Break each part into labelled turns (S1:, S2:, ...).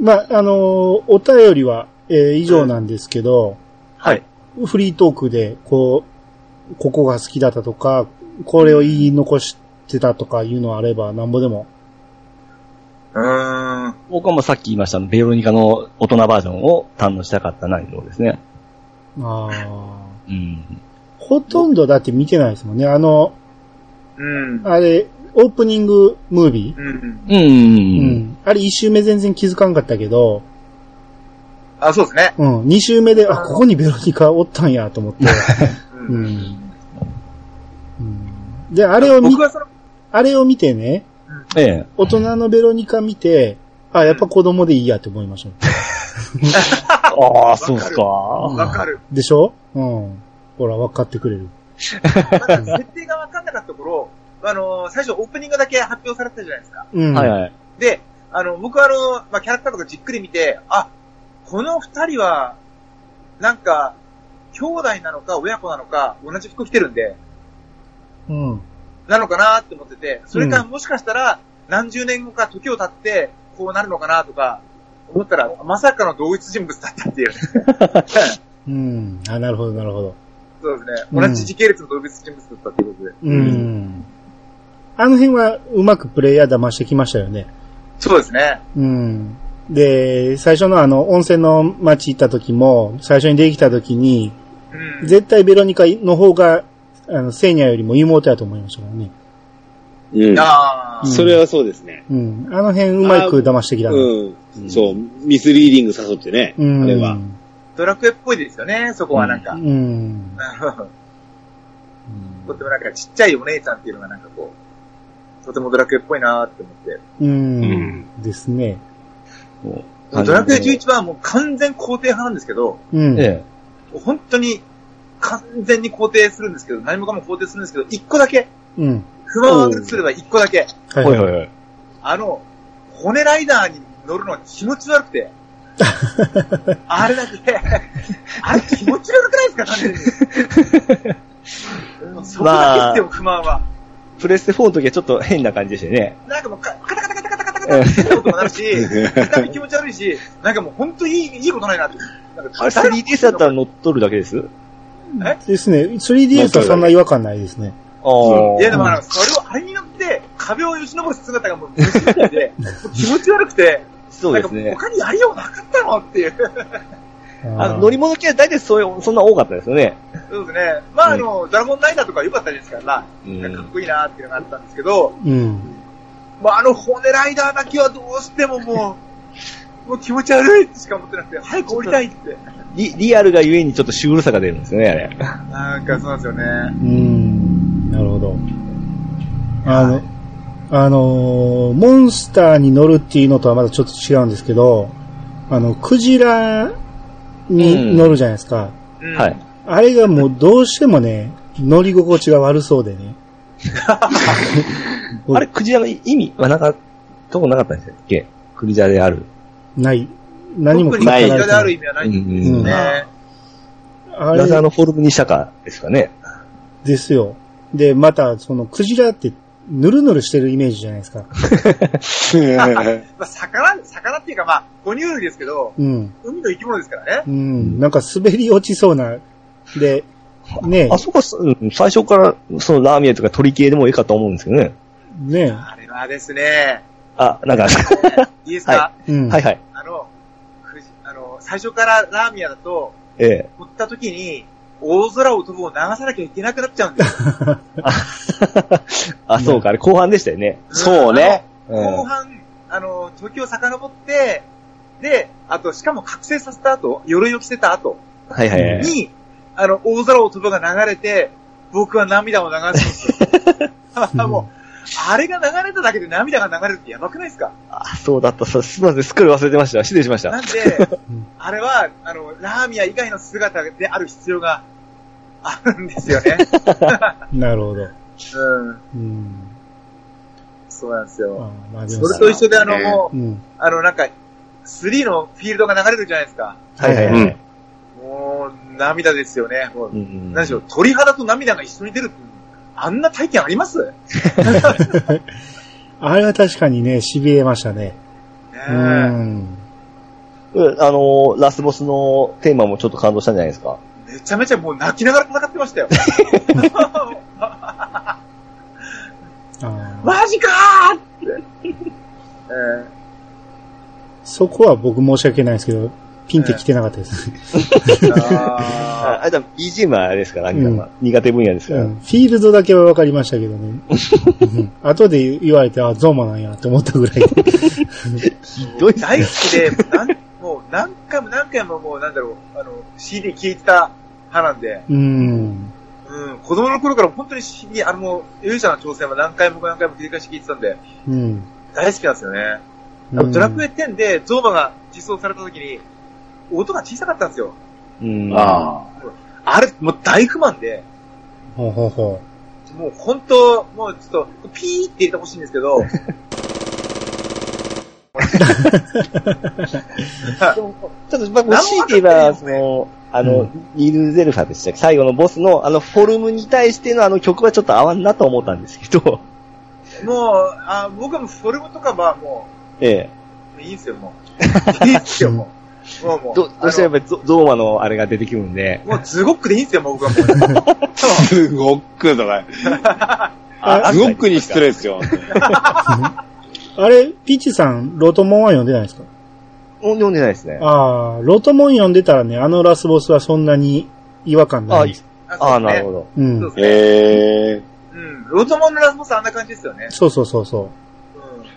S1: まあ、あのーお便りは、えー以上なんですけど、
S2: はい。
S1: フリートークで、こう、ここが好きだったとか、これを言い残してたとかいうのあれば、なんぼでも。
S2: うーん。
S3: 僕はもうさっき言いました、ベロニカの大人バージョンを堪能したかった内容ですね。
S1: ああ。
S3: うん。
S1: ほとんどだって見てないですもんね。あの、
S2: うん。
S1: あれ、オープニングムービー。
S2: うん。
S3: うん。
S1: う。あれ一周目全然気づかんかったけど、
S2: あ、そうですね。
S1: うん。二周目で、あ、ここにベロニカおったんやと思って。う
S2: うん。
S1: ん。うん、で、あれを見
S2: 僕、はその、
S1: あれを見てね、
S3: ええ。
S1: 大人のベロニカ見て、あ、やっぱ子供でいいやって思いました。
S3: ああ、そう
S2: う
S3: っ
S2: っ
S3: す
S2: す
S3: か。
S2: わかる。
S1: でしょうん。ほら、分かってくれる。
S2: なんか設定がわかんなかったところ、あのー最初オープニングだけ発表されてたじゃないですか。
S1: うん。
S3: はいはい。
S2: で、あの、僕はあの、まあ、キャラクターとかじっくり見て、あ、この二人は、なんか、兄弟なのか親子なのか、同じ服着てるんで、
S1: うん。
S2: なのかなって思ってて、それからもしかしたら、何十年後か時を経って、こうなるのかなとか、思ったら、まさかの同一人物だったっていう。
S1: うん。あ、なるほど、なるほど。
S2: そうです
S1: うん
S2: ね。同じ時系列の同一人物だったっていうことで。
S1: うん。あの辺はうまくプレイヤー騙してきましたよね。
S2: そうですね。
S1: うん。で、最初のあの、温泉の町行った時も、最初にできた時に、
S2: うん。
S1: 絶対ベロニカの方が、あの、セーニャよりも妹やと思いましたからね。
S4: うん。
S2: ああ、
S4: それはそうですね。
S1: うん。あの辺うまく騙してきたな
S4: うん。そう、ミスリーディング誘ってね、
S1: うん。
S4: あれは。
S2: ドラクエっぽいですよね、そこはなんか。
S1: うん。
S2: とてもなんかちっちゃいお姉ちゃんっていうのがなんかこう、とてもドラクエっぽいなーって思って。
S1: うん。ですね。
S3: こう
S2: ドラクエ11はもう完全肯定派なんですけど、
S1: うん。
S3: え
S2: もう本当に完全に肯定するんですけど、何もかも肯定するんですけど、一個だけ、
S1: うん。
S2: 不満をあるとすれば一個だけ、
S3: え。
S1: はい
S3: ほ
S1: はいい。
S3: ほいほい。
S2: あの、骨ライダーに乗るのが気持ち悪くて、あれだけ、あれ気持ち悪くないですか、単純に。そこだけですよ、不満は。
S3: プレステ4の時はちょっと変な感じでしたよね。
S2: なんかもうカ、カタカタカタカタカタカタってこともなるし、見た目気持ち悪いし、なんかもう本当にいい、いいことないなって。なんか
S3: あれ 3DS だったら乗っとるだけです
S1: ですね。3DS はそんな違和感ないですね。
S3: ああ
S2: いやでもあの、それを張りに乗って、壁をよし登る姿がもう無視してて、もう気持ち悪くて、
S3: そうです
S2: なん
S3: ね
S2: か。他にやりようなかったのっていう。
S3: あの乗り
S1: り
S3: 物系は大体そういう、そんな多かったですよね。
S2: そうですね。まああの、ドラゴンライダーとか良かったですからな、なんかかっこいいなっていうのがあったんですけど、
S1: うん。
S2: まああの骨ライダーだけはどうしてももう、 もう気持ち悪いってしか思ってなくて、早く降りたいって。
S3: リリアルがゆえにちょっとシュールさが出るんですよね、あれ。
S2: なんかそうなんですよね。
S1: うん。なるほど。あの、あのーモンスターに乗るっていうのとはまだちょっと違うんですけど、あの、クジラに乗るじゃないですか。
S2: うん
S3: はい。
S1: あれがもうどうしてもね、乗り心地が悪そうでね。
S3: あれ、クジラの意味はなんか、とこなかったんですっけクジラである。
S1: ない。何も
S2: 特
S1: 語
S2: に
S1: ら
S2: こ
S1: れて
S2: ちらで
S1: な
S2: ある
S1: い。
S2: 意味はな
S3: う
S2: いんで
S1: うん
S2: す
S3: ん。
S2: ね。
S1: あ
S3: ラザー
S1: れ
S3: のフォルムにしたかですかね。
S1: ですよ。で、また、その、クジラって、ぬるぬるしてるイメージじゃないですか。
S2: まあ、魚、魚っていうかまあ、哺乳類ですけど、
S1: うん。
S2: 海の生き物ですからね。
S1: うん。なんか滑り落ちそうな、で、ね
S3: あそこ、うん最初から、そのラーメンとか鳥系でもいいかと思うんですけどね。
S1: ね
S2: あれはですね、
S3: あ、なんか、
S2: いいですか、
S1: うん。
S3: はいはい。
S2: あの、くじあの、最初からラーミアだと、
S3: ええ。
S2: 振った時に、大空を飛ぶを流さなきゃいけなくなっちゃうんですよ。
S3: あ、そうか、あれ後半でしたよね。
S4: そうね。
S3: う
S2: 後
S3: ん。
S2: 半、あの、時を遡って、で、あと、しかも覚醒させた後、鎧を着せた後
S3: はいはいはい。
S2: に、あの、大空を飛ぶが流れて、僕は涙を流すんです よ。もう、あれが流れただけで涙が流れるってやばくないですか
S3: あ、そうだった。そうすみません、すっかり忘れてました。失礼しました。
S2: な
S3: あ
S2: んで
S1: ん、
S2: あれは、あの、ラーミア以外の姿である必要があるんですよね。
S1: なるほど。
S2: うん。
S1: うん。
S2: そうなんです
S1: あ
S2: よ。
S1: まあで
S2: そ
S1: も
S2: れと一緒で、あの、
S4: ね
S2: も
S1: う
S2: う、
S1: ん。
S2: あの、なんか、3のフィールドが流れるじゃないですか。
S3: はいはいはい
S4: うん
S2: もう、涙ですよね。もう、
S3: ん
S2: 何でしょう、鳥肌と涙が一緒に出るっていうあんな体験ありますね
S1: あれは確かにね、痺れましたね。う
S2: え
S1: ん。
S3: うんあの、ラスボスのテーマもちょっと感動したんじゃないですか。
S2: めちゃめちゃもう泣きながら戦ってました よ。
S1: あー
S2: マジかーって。え
S1: そこは僕申し訳ないですけど、ピンって来てなかったですね。
S2: ー、
S3: あ
S2: あ
S3: あれだ、BGM はあれですから、
S1: ん
S3: アニメは苦手分野ですか
S1: う
S3: ら。
S1: んフィールドだけは分かりましたけどね。うん後で言われて、あ、ゾーマなんやって思ったぐら いで。
S2: ー
S3: どいっすね
S2: 大好きで、なんもう何回も何回ももうなんだろう、あの、CD 聴いてた派なんで、
S1: うん。
S2: うん、子供の頃から本当に CD、あのもう、勇者の挑戦は何回も何回も繰り返し聴いてたんで、
S1: うん。
S2: 大好きなんですよね。
S1: うん
S2: ドラクエ10でゾーマが実装された時に、音が小さかったんですよ。
S3: うん。
S4: ああ。
S2: あれ、もう大不満で、
S1: ほうほうほ
S2: もう本当、もうちょっと、ピーって入れてほしいんですけ ど、
S3: でもちょっと、まあ、もう強いて言え
S2: なんも分かっ
S3: ば、
S2: て
S3: そ
S2: ない
S3: の、あ
S1: う
S3: の、ニールゼルファでしたっけ最後のボスの、あの、フォルムに対してのあの曲はちょっと合わんなと思ったんですけど、
S2: もう、あ僕はもうフォルムとかはも
S3: ええ。
S2: う、いいんすよ、もう。いいんすよ、もう。もう、もう。
S3: どどうしてもやっ
S2: あ
S3: ぱりゾゾーマのあれが出てくるんで、
S2: のもう、ズゴックでいいんすよ、もう僕はもう。
S4: すごくとか。
S1: あ
S4: すごくに失礼ですよ。
S1: う。あれ、ピッチさん、ロトモンは読んでないですか
S3: もう読んでないですね。
S1: ああ、ロトモン読んでたらね、あのラスボスはそんなに違和感ないです。
S3: ああ、なるほ
S2: ど。
S3: ど。
S1: う。
S2: そうんですね。
S4: へえ。
S2: うん。ロトモンのラスボスあんな感じですよね。
S1: そうそうそうそうう。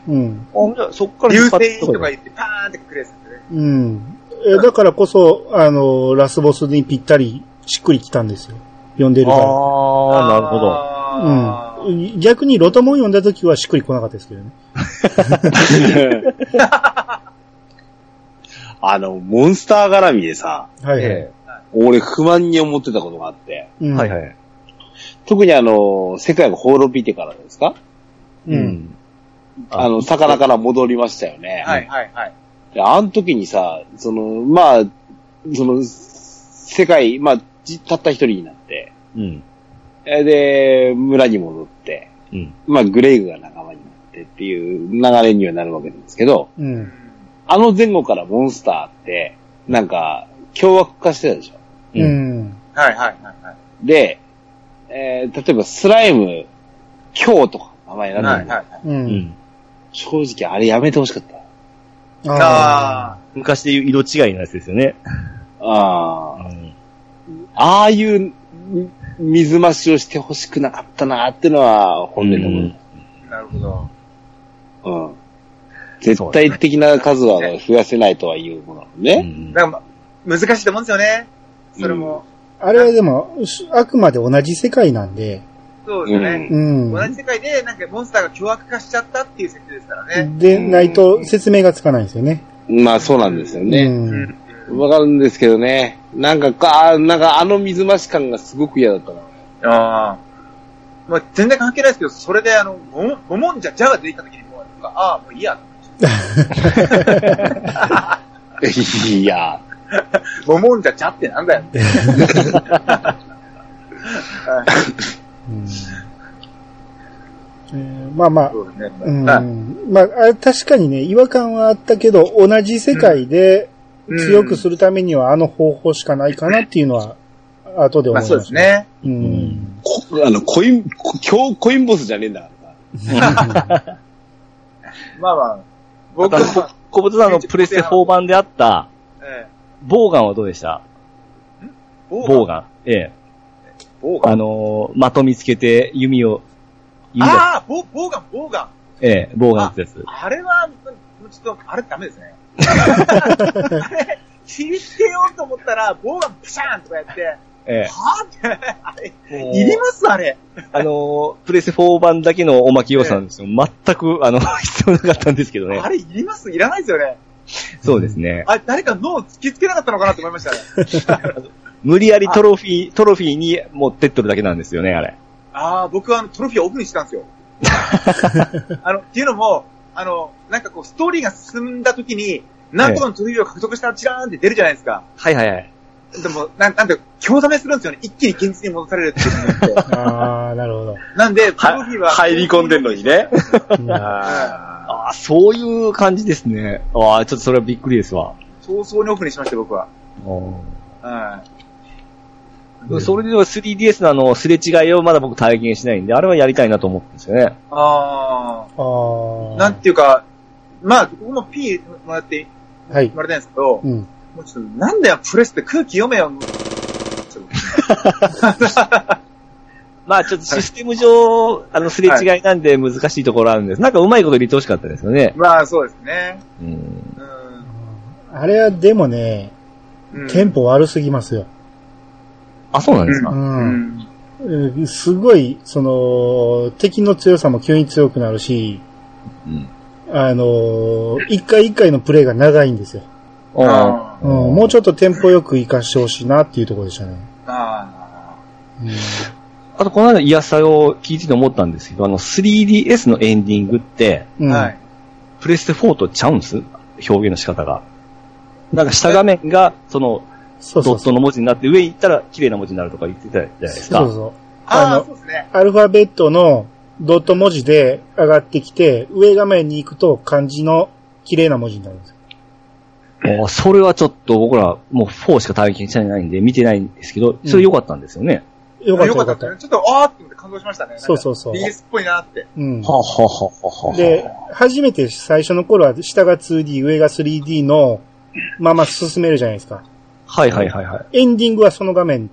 S1: うん。
S3: あ、じゃあそっか
S2: ん。
S3: ら
S2: 流
S3: 引っ張
S2: 星
S3: って
S2: とか
S3: こい
S2: 言って、パーンってクレーするんでね。
S1: うん。えだからこそ、あの、ラスボスにぴったり、しっくりきたんですよ。読んでるか
S3: ああ、なるほど。
S1: ら。
S2: ど。
S1: う
S2: うん。
S1: ん。逆にロトモン読んだ時はしっくり来なかったですけどね。
S4: あの、モンスター絡みでさ、
S1: はいはい。
S3: え
S4: 俺不満に思ってたことがあって、
S1: う
S3: え。
S1: ん
S3: はいはい。
S4: 特にあの、世界が滅びてからですか
S1: う。
S3: うんん。
S4: あの、魚から戻りましたよね。
S2: はい、はい、はい。
S4: で、あの時にさ、その、まあ、その、世界、まあ、じたった一人になって、
S3: うん。
S4: えで、村に戻って、
S3: うん。
S4: まあ、グレイグが仲間になってっていう流れにはなるわけなんですけど、
S1: う。
S2: うんん
S4: あの前後からモンスターって、なんか、凶悪化してたでしょ。
S1: う
S3: うん
S1: ん。
S2: はい、はい、はいはい。
S4: で、えー例えばスライム、凶とか名前に
S2: は
S4: なって
S2: い、
S4: る、
S2: はい。
S1: う。
S3: うんん。
S4: 正直あれやめてほしかった。
S2: あ
S3: 昔で言う色違いのやつですよね。う
S4: ああ、
S3: ん。
S4: ああいうみ水増しをしてほしくなかったなーってのは本音のもの。
S2: ーなるほど。
S4: うん絶対的な数は増やせないとはいうもの
S3: う
S4: ね。
S3: ん
S2: なんか、難しいと思うんですよね。それも。
S1: あれはでも、しあくまで同じ世界なんで、
S2: そうですね。
S1: うん。
S2: 同じ世界で、なんかモンスターが凶悪化しちゃったっていう設定ですからね。
S1: で、ないと説明がつかないんですよね。
S4: まあそうなんですよ
S1: う。
S4: ね。
S2: うんん
S4: わかるんですけどね。なんかか、あーなんかあの水増し感がすごく嫌だったな。
S2: ああ。まあ、全然関係ないですけど、それで、あの、ごも、ごもんじゃ、じゃが出てきた時に、もう、なんかああ、もういいや。
S4: いや、
S2: ごもんじゃ、じゃってなんだよ。
S1: うんえーまあまあ、
S2: そうですね。
S1: うん。
S2: はい
S1: まあ、あれ確かにね、違和感はあったけど、同じ世界で
S2: うん
S1: 強くするためにはあの方法しかないかなっていうのは、後で思
S2: ま
S1: い
S2: あ、
S1: ま
S2: そうですす。ね。
S1: うん。
S4: こあの、コイン、こ今日コインボスじゃねえんだからさ。
S2: まあまあ、僕
S3: あと
S2: は、
S3: 小仏さんのプレステ4版であった、
S2: ええ
S3: ボーガンはどうでしたボー
S2: ボーガン。
S3: ガン。ええ。
S2: ボーガン。
S3: あのー、的見つけて弓を、弓だ。
S2: ああ、ボボーガン、ボーガン。
S3: ええ、ボーガンってやつ。
S2: あれは、もうちょっと、あれダメですね。あれ、切りつけようと思ったら、棒がプシャーンとかやって、は
S3: え
S2: ぁって、あれ、
S3: え。
S2: いりますあれ。
S3: あのー、プレステ4版だけのおまけ要素なんですよ。全く、あの、 必要なかったんですけどね
S2: あ。れ、いりますいらないですよね。
S3: そうですね。
S2: あれ、誰か脳を突きつけなかったのかなと思いましたね。
S3: 無理やりトロフィー、トロフィーに持ってっとるだけなんですよね、あれ。
S2: ああ、僕はあのトロフィーをオフにしたんですよ。 あの、っていうのも、あの、なんかこう、ストーリーが進んだ時に、なんとかのトロフィーを獲得したらチラーンって出るじゃないですか。
S3: はいはいはい。
S2: でも、なん、なんて、強ざめするんですよね。一気に現実に戻されるっていうのっ て
S1: ああ、なるほど。
S2: なんで、トロフィーは。
S4: でんのにね。
S1: うん
S2: あ
S4: あ
S3: ああ、そういう感じですね。ああ、ちょっとそれはびっくりですわ。
S2: 早々にオフにしました、僕は。はい。
S3: うんそれで 3DS のあの、すれ違いをまだ僕体験しないんで、あれはやりたいなと思ってるんですよね。
S2: あ
S1: あ
S2: あ、
S1: あ。
S2: なんていうか、まあ、僕も P もらって、
S1: はい
S2: も。らいたいんですけど、
S1: うん。
S2: もうちょっと、なんだよ、プレスって空気読めよ。ちょっと
S3: まあちょっとシステム上、あの、すれ違いなんで難しいところあるんです。なんかうまいこと入れてほしかったですよね。
S2: まあ、そうですね。
S3: うん。
S2: うん。
S1: あれはでもね、
S2: うん
S1: テンポ悪すぎますよ。
S3: あ、そうなんです
S1: う
S3: か、
S1: ん。
S2: ん。
S1: うんすごい、その、敵の強さも急に強くなるし、
S3: うん、
S1: あの、一回一回のプレイが長いんですよ。
S2: あ
S1: うん、もうちょっとテンポよく活かしてほしいなっていうところでしたね。
S2: あ
S1: うん
S3: あと、この間、癒やさを聞いてて思ったんですけど、あの、3DS のエンディングって、
S1: う
S2: あ。
S1: ん
S2: はい。
S3: プレステ4とちゃうんです表現の仕方が。なんか下画面が、その、
S1: そうそ
S3: ド
S1: う
S3: ッ
S1: そう。
S3: トの文字になって、上行ったら綺麗な文字になるとか言ってたじゃないです
S1: そう
S3: か。
S1: そう。
S2: あ
S1: あ
S2: あ、
S1: の
S2: そうですね。
S1: アルファベットのドット文字で上がってきて、上画面に行くと漢字の綺麗な文字になるんですよ。
S3: もうそれはちょっと僕ら、もう4しか体験してないんで、見てないんですけど、それ良かったんですよね。
S1: よかったよか
S2: よか
S1: っ
S2: った
S1: た。
S2: ね。ちょっと、あーって思って感動しましたね。なんか
S1: そうそうそう
S2: DS っぽいなって。
S1: うん。
S3: はあ、はあはあはあはあ
S1: で、初めて最初の頃は下が 2D、上が 3D のまま進めるじゃないですか。
S3: はいはいはいはい。
S1: エンディングはその画面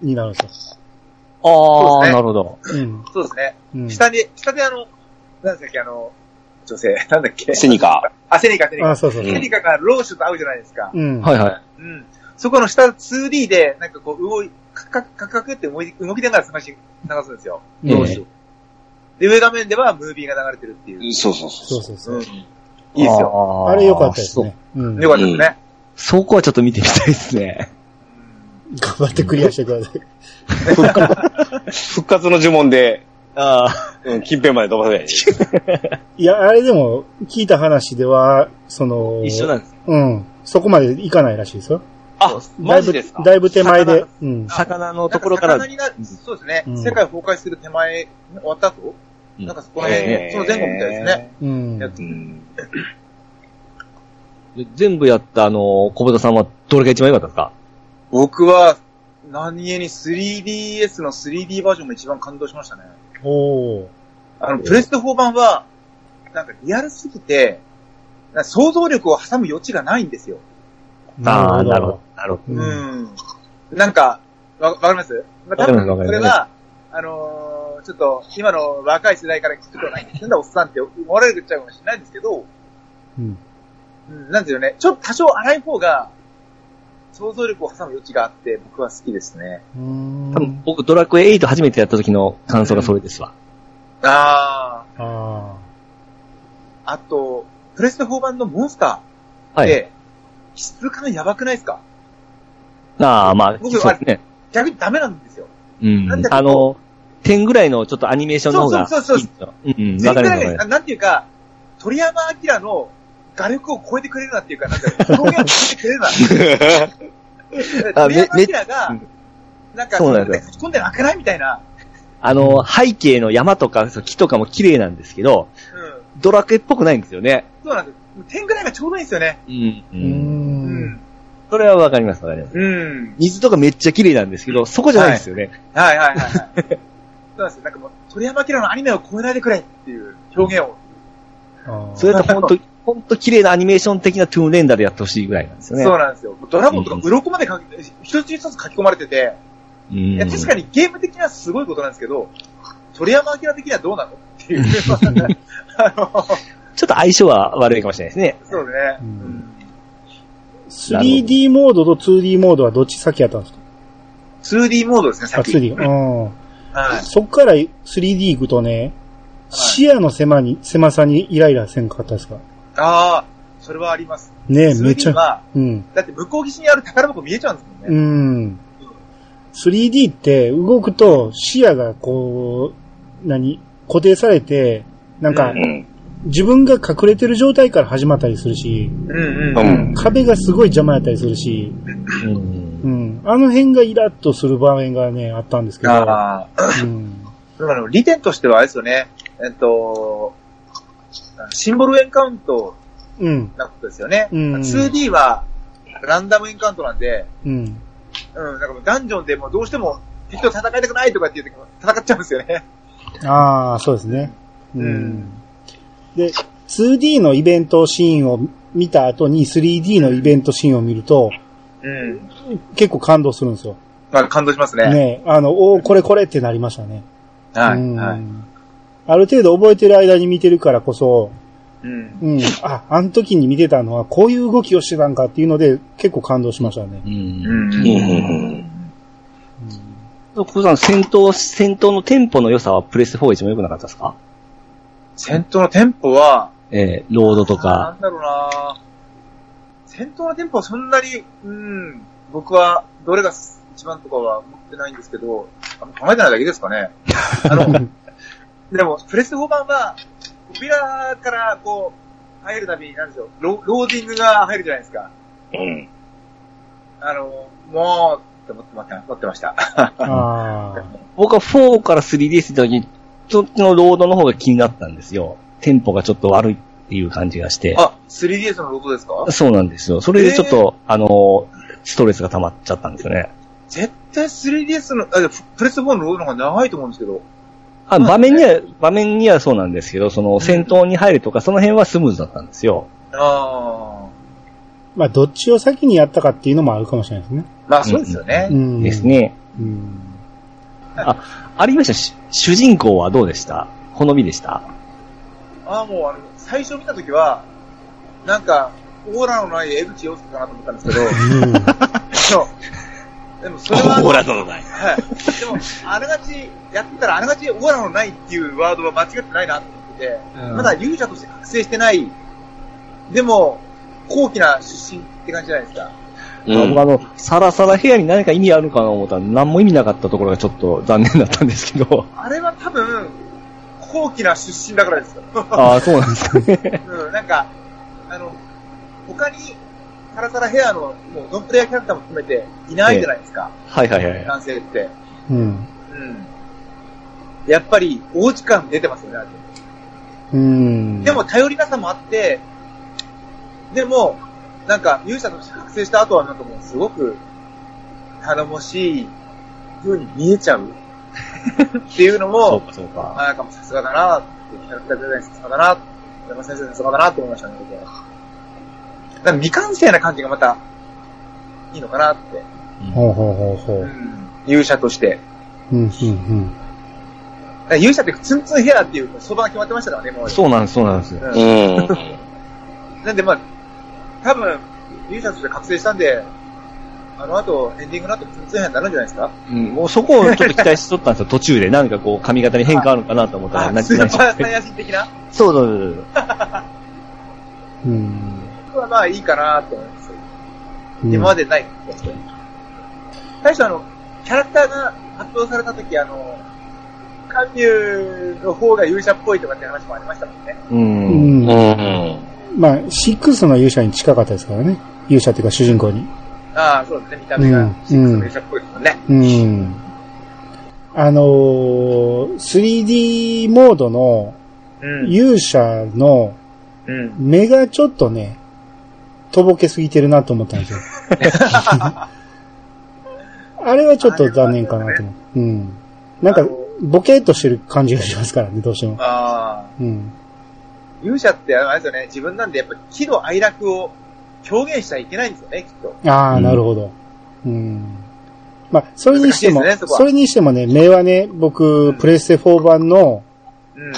S1: になるんです
S3: あ
S2: うで
S3: あ、
S2: すね
S3: なるほど。
S1: よ。うん。
S2: そうですね。
S1: うん。
S2: 下に、下であの、なんだっけ、あの、女性、なんだっけ。
S4: セニカ。
S2: あ、セニカ、セニカ
S1: あ、。そうそうそう。
S2: セニカがローシュと合うじゃないですか。
S1: うん。
S3: はいはい。
S2: うん。そこの下 2D で、なんかこう、動い、カクカクカクカクって動い動きながら探し、流すんですよ。
S1: うん
S2: ローシュを。で、上画面ではムービーが流れてるっていう。
S4: そうそう
S1: そ
S4: そう
S1: そうそうう。
S2: ん。いいですよ。
S3: よ
S1: あれ良かったですね。うん。
S2: よ
S1: 頑
S2: かったですね。
S3: そこはちょっと見てみたいですね。
S1: 張ってクリアしてください。
S4: う。復活の呪文で、
S3: ああ。
S4: うん、近辺まで飛ばせない。
S1: いや、あれでも、聞いた話では、その、
S3: 一緒なんです。
S1: うん。そこまでいかないらしいですよ。
S4: あ、マジですか
S1: だいぶだいぶ手前で。うん。
S3: 魚の
S2: と
S3: と
S2: こ
S3: こ
S2: ろ
S3: ろ
S2: か。
S3: からら。
S2: 魚になそうですね。
S1: うん
S2: 世界崩壊する手前、終わった後、
S3: うん
S2: なんかそこら辺、その前後みたいですね。
S1: うん。
S2: やつ
S4: うん。
S3: で全部やった、あの、小豚さんはどれが一番良かったですか
S2: 僕は、何気に 3DS の 3D バージョンが一番感動しましたね。
S1: おー。
S2: あの、プレステ4版は、なんかリアルすぎて、なんか想像力を挟む余地がないんですよ。
S3: ああ、なるほど。。なるほ
S1: う
S2: うんん。なんか、わ、わかりますまあ、多分、
S3: わかりますわかります
S2: それは、あのーちょっと、今の若い世代から聞くとないんですんだ、おっさんって思われるっちゃうかもしれないんですけど、
S1: うん。
S2: うん、なんですよね。ちょっと多少荒い方が、想像力を挟む余地があって、僕は好きですね。
S1: うーん
S3: 多分僕、ドラクエ8初めてやった時の感想がそれですわ。
S2: あ
S1: あ
S2: ー、あと、プレステ4版のモンスター
S3: は
S2: っ
S3: い。
S2: て、質感やばくないですか
S3: ああ、まあ、
S2: 僕
S3: そうですね。
S2: 逆にダメなんですよ。
S3: うん
S2: なんだ。けど
S3: あの、点ぐらいのちょっとアニメーションの方がいいんです
S2: そう
S3: よ。
S2: そうそう
S3: うんうん。
S2: 全
S3: わ
S2: 然
S3: かり
S2: な
S3: ま
S2: い
S3: す
S2: で
S3: わか
S2: す
S3: りま
S2: あなんていうか、鳥山明の画力を超えてくれるなっていうか、なんか表現を超えて くれるな。
S3: あ
S2: 鳥
S3: め
S2: 山明が
S3: め、
S2: なんか、
S3: そうなんです
S2: 口コんでなくないみたいな。
S3: すあの、背景の山とかそう木とかも綺麗なんですけど、
S2: うん。
S3: ドラクエっぽくないんですよね。
S2: そうなんです。点ぐらいがちょうどいいんですよね。
S3: うん。う
S1: あ。うー。
S3: ん。
S2: うんん。
S3: それはわかりますわかります。
S2: うん。
S3: 水とかめっちゃ綺麗なんですけど、そこじゃないんですよね。
S2: はいはいはいはい。そうなんですよ。なんかもう、鳥山明のアニメを超えないでくれっていう表現を。
S1: あー
S3: それと本当本当綺麗なアニメーション的なトゥーンレンダーでやってほしいぐらいなんですよね。
S2: そうなんですよ。もうドラゴンとか鱗まで書き、一つ一つ書き込まれてて、
S3: うん。
S2: いや、確かにゲーム的にはすごいことなんですけど、鳥山明的にはどうなのっていう。 あの、
S3: ちょっと相性は悪いかもしれないですね。
S2: そうね。
S1: う
S2: うんん
S1: 3D モードと 2D モードはどっち先やったんですか
S2: 2D モードですね、
S1: あ、
S2: 先。
S1: 2D。うん。
S2: はい。
S1: そっから 3D 行くとね、視野の狭に、狭さにイライラせんかったですか
S2: ああ、それはあります。
S1: ねえ、めち
S2: 2D
S1: ゃ、
S2: は、
S1: うん。
S2: だって向こう岸にある宝箱見えちゃうんですもんね。
S1: うん。3D って動くと視野がこう、何固定されて、なんか
S2: う
S4: うん。
S1: 自分が隠れてる状態から始まったりするし、
S2: うん
S4: う
S2: うん。
S4: ん。
S1: 壁がすごい邪魔やったりするし、
S3: うん
S1: う。ん。あの辺がイラッとする場面がね、あったんですけど。
S2: ああ、
S1: うん。
S2: だから利点としてはあれですよね、えっと、シンボルエンカウント
S1: うん。
S2: なことですよね。
S1: うん
S2: 2D は、ランダムエンカウントなんで、
S1: うん。
S2: うん、なんかもうダンジョンでもうどうしても敵と戦いたくないとかっていう時も戦っちゃうんですよね。
S1: ああ、そうですね。う
S2: うん
S1: ん。で、2D のイベントシーンを見た後に 3D のイベントシーンを見ると、
S2: うん。
S1: 結構感動するんですよ。
S2: まあ感動しますね。
S1: ねあの、おーこれこれってなりましたね。
S2: は
S1: うん
S2: い。はい。
S1: ある程度覚えてる間に見てるからこそ、
S2: うん。
S1: うん、あ、あの時に見てたのはこういう動きをしてたんかっていうので結構感動しましたね
S3: う。。
S2: うんん。
S4: うんうんうん
S3: ここさん、戦闘、戦闘のテンポの良さはプレス4一も良くなかったですか
S2: 戦闘のテンポは、
S3: ええロードと
S2: な
S3: か。
S2: んだろうな戦闘のテンポはそんなに、うん、僕はどれが一番とかは持ってないんですけど、あの考えてないだけですかね。あの、でも、プレス4版は、扉からこう、入るたびに、なんでしょう、ロローディングが入るじゃないですか。
S4: うん。
S2: あの、もう、って思ってました。思ってました。
S1: ああ。
S3: 僕は4から 3DS 行った時に、そっちのロードの方が気になったんですよ。テンポがちょっと悪いっていう感じがして。
S2: あ、3DS のロードですか
S3: そうなんですよ。それでちょっと、あの、ストレスが溜まっちゃったんですよね。
S2: 絶対 3DS の、あプレス4のロードの方が長いと思うんですけど。
S3: あ
S2: まあ
S3: 場面には、場面にはそうなんですけど、その戦闘に入るとか、その辺はスムーズだったんですよ。
S2: あ
S1: まあ、どっちを先にやったかっていうのもあるかもしれないですね。
S2: あ。まあそうですよね。
S1: うん。
S3: です。ね。
S1: うん。
S3: ありましたし、主人公はどうでした好みでした
S2: ああ、もうあの、最初見たときは、なんか、オーラのない江口洋介かなと思ったんです けど、
S1: うん
S2: そう。でもそれは、
S4: ラのない。
S2: はい。でも、あながち、やってたらあながちオーラのないっていうワードは間違ってないなと思ってて、
S1: うん
S2: まだ勇者として覚醒してない、でも、高貴な出身って感じじゃないですか。
S4: うん
S3: 僕あの、さらさら部屋に何か意味あるのかなと思ったら、何も意味なかったところがちょっと残念だったんですけど。
S2: あれは多分、高貴な出身だからです よ。
S3: ああ、そうなんですかね。
S2: うん、なんか、あの、他に、サラサラヘアの、もう、ドンプレアキャラクターも含めて、いないじゃないですか、
S3: はいはいはい。
S2: 男性って。
S1: うん。
S2: うん。やっぱり、おうち感出てますよね、あれ
S1: うん。
S2: でも、頼りなさもあって、でも、なんか、勇者として覚醒した後は、なんかもう、すごく、頼もしい、ように見えちゃう。っていうの
S3: そ
S2: も、
S3: うかそうか。
S2: あなんかもうさすがだなって、キャラクターデザインさすがだな、山先生さすがだなと思いましたね、僕は。なんか未完成な感じがまた、いいのかなって。
S1: ほうほうほうほ
S2: う
S1: う。
S2: ん。勇者として。
S1: うん、うん、うん。
S2: だから勇者ってツンツンヘアっていう相場が決まってましたからね、もう。
S3: そうなんです、そうなんですよ。
S2: う
S4: うん。
S2: ん。なんでまあ、多分、勇者として覚醒したんで、あの後、エンディングの後、ツンツンヘアになるんじゃないですか
S3: うん、もうそこをちょっと期待しとったんですよ、途中で。何かこう、髪型に変化あるのかなと思ったら、
S2: あ、
S3: 何
S2: スー
S3: 何
S2: パーサイヤ人的な
S3: そうそうそうそう。
S1: うん。
S2: 僕はまあいいかなと思います。
S1: うん
S2: 今までないことですね。最初あの、キャラクターが発表された時、あの、カミューの方が勇者っぽいとかって話もありましたもんね。
S3: う
S1: うん。
S3: ん。うん
S4: うん。
S1: まあ、6の勇者に近かったですからね。勇者っていうか主人公に。
S2: ああ、そうですね。見た目
S1: う
S2: が
S1: ん、
S2: シックスの勇者っぽいですもんね。
S1: うん。あのー 3D モードの
S2: うん。
S1: 勇者の
S2: うん。
S1: 目がちょっとね、とぼけすぎてるなと思ったん ですよ。あれはちょっと残念かなと思う。うん。なん
S2: あ
S1: か
S2: の、
S1: ボケーっとしてる感じがしますからね、どうしても。
S2: ああ、
S1: うん。
S2: 勇者ってあれですよね。自分なんでやっぱ喜怒哀楽を表現しちゃいけないんですよね、きっと。
S1: ああ、なるほど。うん。まあ、それにしても、
S2: 難しいですねそこは
S1: れにしてもね、目はね、僕、プレステ4版の
S2: うん。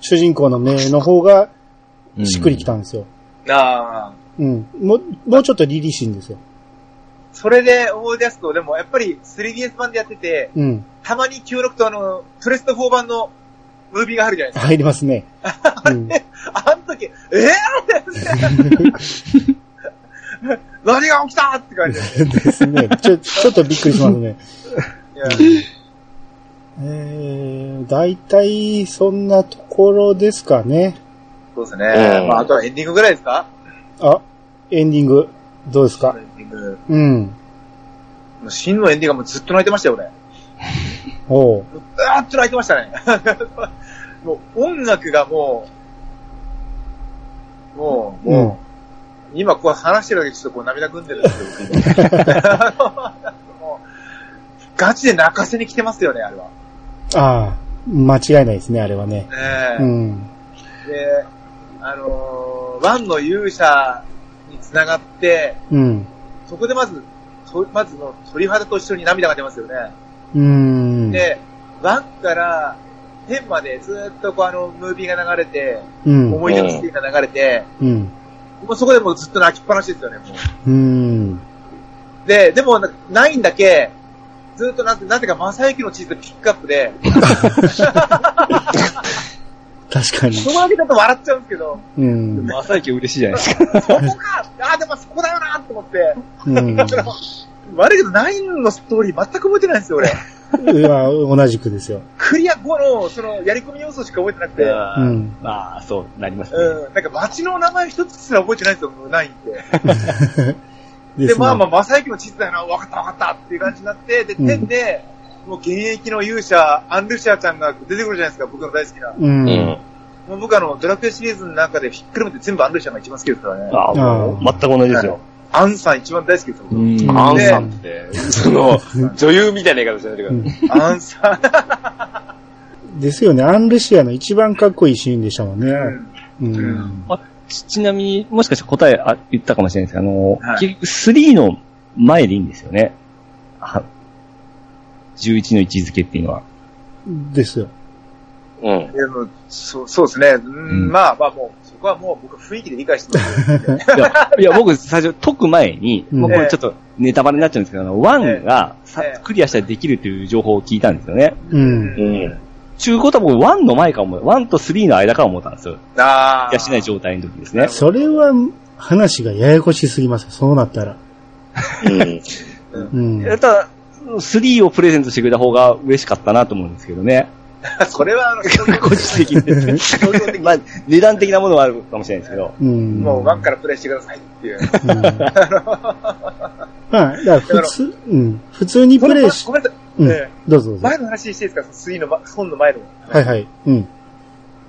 S1: 主人公の目の方がしっくりきたんですよ。
S2: ああ、
S1: うん。もう、もうちょっと凛々しいんですよ。
S2: それで思い出すと、でもやっぱり 3DS 版でやってて、
S1: うん。
S2: たまに96とあの、プレスト4版のムービーがあるじゃないですか
S1: 入りますね。 うん。
S2: あの時、えぇ、何が起きたって感じで。
S1: ですね。ちょ、ちょっとびっくりします ね。
S2: いや
S1: えー、大体そんなところですかね。
S2: そうですね。
S4: うん
S2: まあ、あとはエンディングぐらいですか
S1: あ、エンディング、どうですか
S2: エンディング。
S1: うん。
S2: もう真のエンディングはもうずっと泣いてましたよ、俺。う
S1: おう。
S2: わーっと泣いてましたね。もう音楽がもう、もう、
S1: うん
S2: も。今こう話してるだけでちょっとこう涙ぐんでるんですけど、もうガチで泣かせに来てますよね、あれは。
S1: ああ、間違いないですね、あれはね。う
S2: ね
S1: ん。
S2: えで、あのーワンの勇者に繋がって、
S1: うん。
S2: そこでまず、とまずもう鳥肌と一緒に涙が出ますよね。
S1: うん。
S2: で、ワンから天までずっとこうあの、ムービーが流れて、
S1: うん。
S2: 思い出のシーンが流れて、
S1: うん。
S2: もうそこでもうずっと泣きっぱなしですよね、もう。
S1: うん。
S2: で、でもな、ないんだけ、ずっとなぜ、なぜか、正幸のチーズピックアップで、
S1: 確かに。
S2: そこだけだと笑っちゃうんですけど、
S1: うん。
S3: まさゆき嬉しいじゃないですか。
S2: そこかああ、でもそこだよなと思って、
S1: うん。
S2: 悪いけど、9のストーリー全く覚えてないんですよ、俺。
S1: うわ、同じくですよ。
S2: クリア後の、その、やり込み要素しか覚えてなくて、
S1: う
S3: ま
S1: ん。
S3: あ、そう、なりますね。
S2: うん、なんか街の名前一つすら覚えてないんですよ、9って。
S1: で
S2: で、まあま
S1: あ。
S2: あ、正幸のチーズだよな、わかったわかったっていう感じになって、で、
S1: うん
S2: 10で、もう現役の勇者、アンルシアちゃんが出てくるじゃないですか、僕の大好きな。
S1: う
S4: うんん。。
S2: もう僕あの、ドラクエシリーズの中でひっくるめて全部アンルシアが一番好きですからね。
S3: ああ、もう、全く同じですよ。
S2: アンさん一番大好きですよ。
S3: うん
S4: アンさんって、その、女優みたいな言い方しないでください。
S2: アンさん。
S1: ですよね。アンルシアの一番かっこいいシーンでしたもんね。うん。
S3: ちちなみに、もしかして答えあ言ったかもしれないですけど、あの、
S2: はい
S3: 結局3の前でいいんですよね。は11の位置づけっていうのは。
S1: ですよ。
S4: うん。
S2: でもそうそうですね。うん
S3: うん
S2: まあまあもう、そこはもう僕は雰囲気で理解して ます。
S3: いや、いや僕最初解く前に、
S1: うん
S3: もうこれちょっとネタバレになっちゃうんですけど、あの、1がさ
S2: ええ
S3: クリアしたらできるという情報を聞いたんですよね。
S1: うん。
S4: うん。
S3: ちゅうことは僕1の前かも、1と3の間か思ったんですよ。
S2: あ
S3: ク
S2: あ。
S3: リアしない状態の時ですね。
S1: それは、話がややこしすぎますよ。そうなったら。
S4: うん。
S1: うん。
S3: ただ、3をプレゼントしてくれた方が嬉しかったなと思うんですけどね。
S2: それは、あの
S3: 個人的にね。
S2: 商業的
S3: まあ、値段的なものはあるかもしれないですけど。
S1: うん。
S2: もうワンからプレイしてくださいっていう。
S1: うんまあ、だから普通、うん。普通に
S2: そ
S1: プ
S2: の
S1: レ
S2: ま
S1: イし
S2: ご、めんなさい。
S1: うん
S2: え。
S1: どうぞどうぞ。
S2: 前の話していいですかその3のま、本の前の。
S1: はいはい。うん。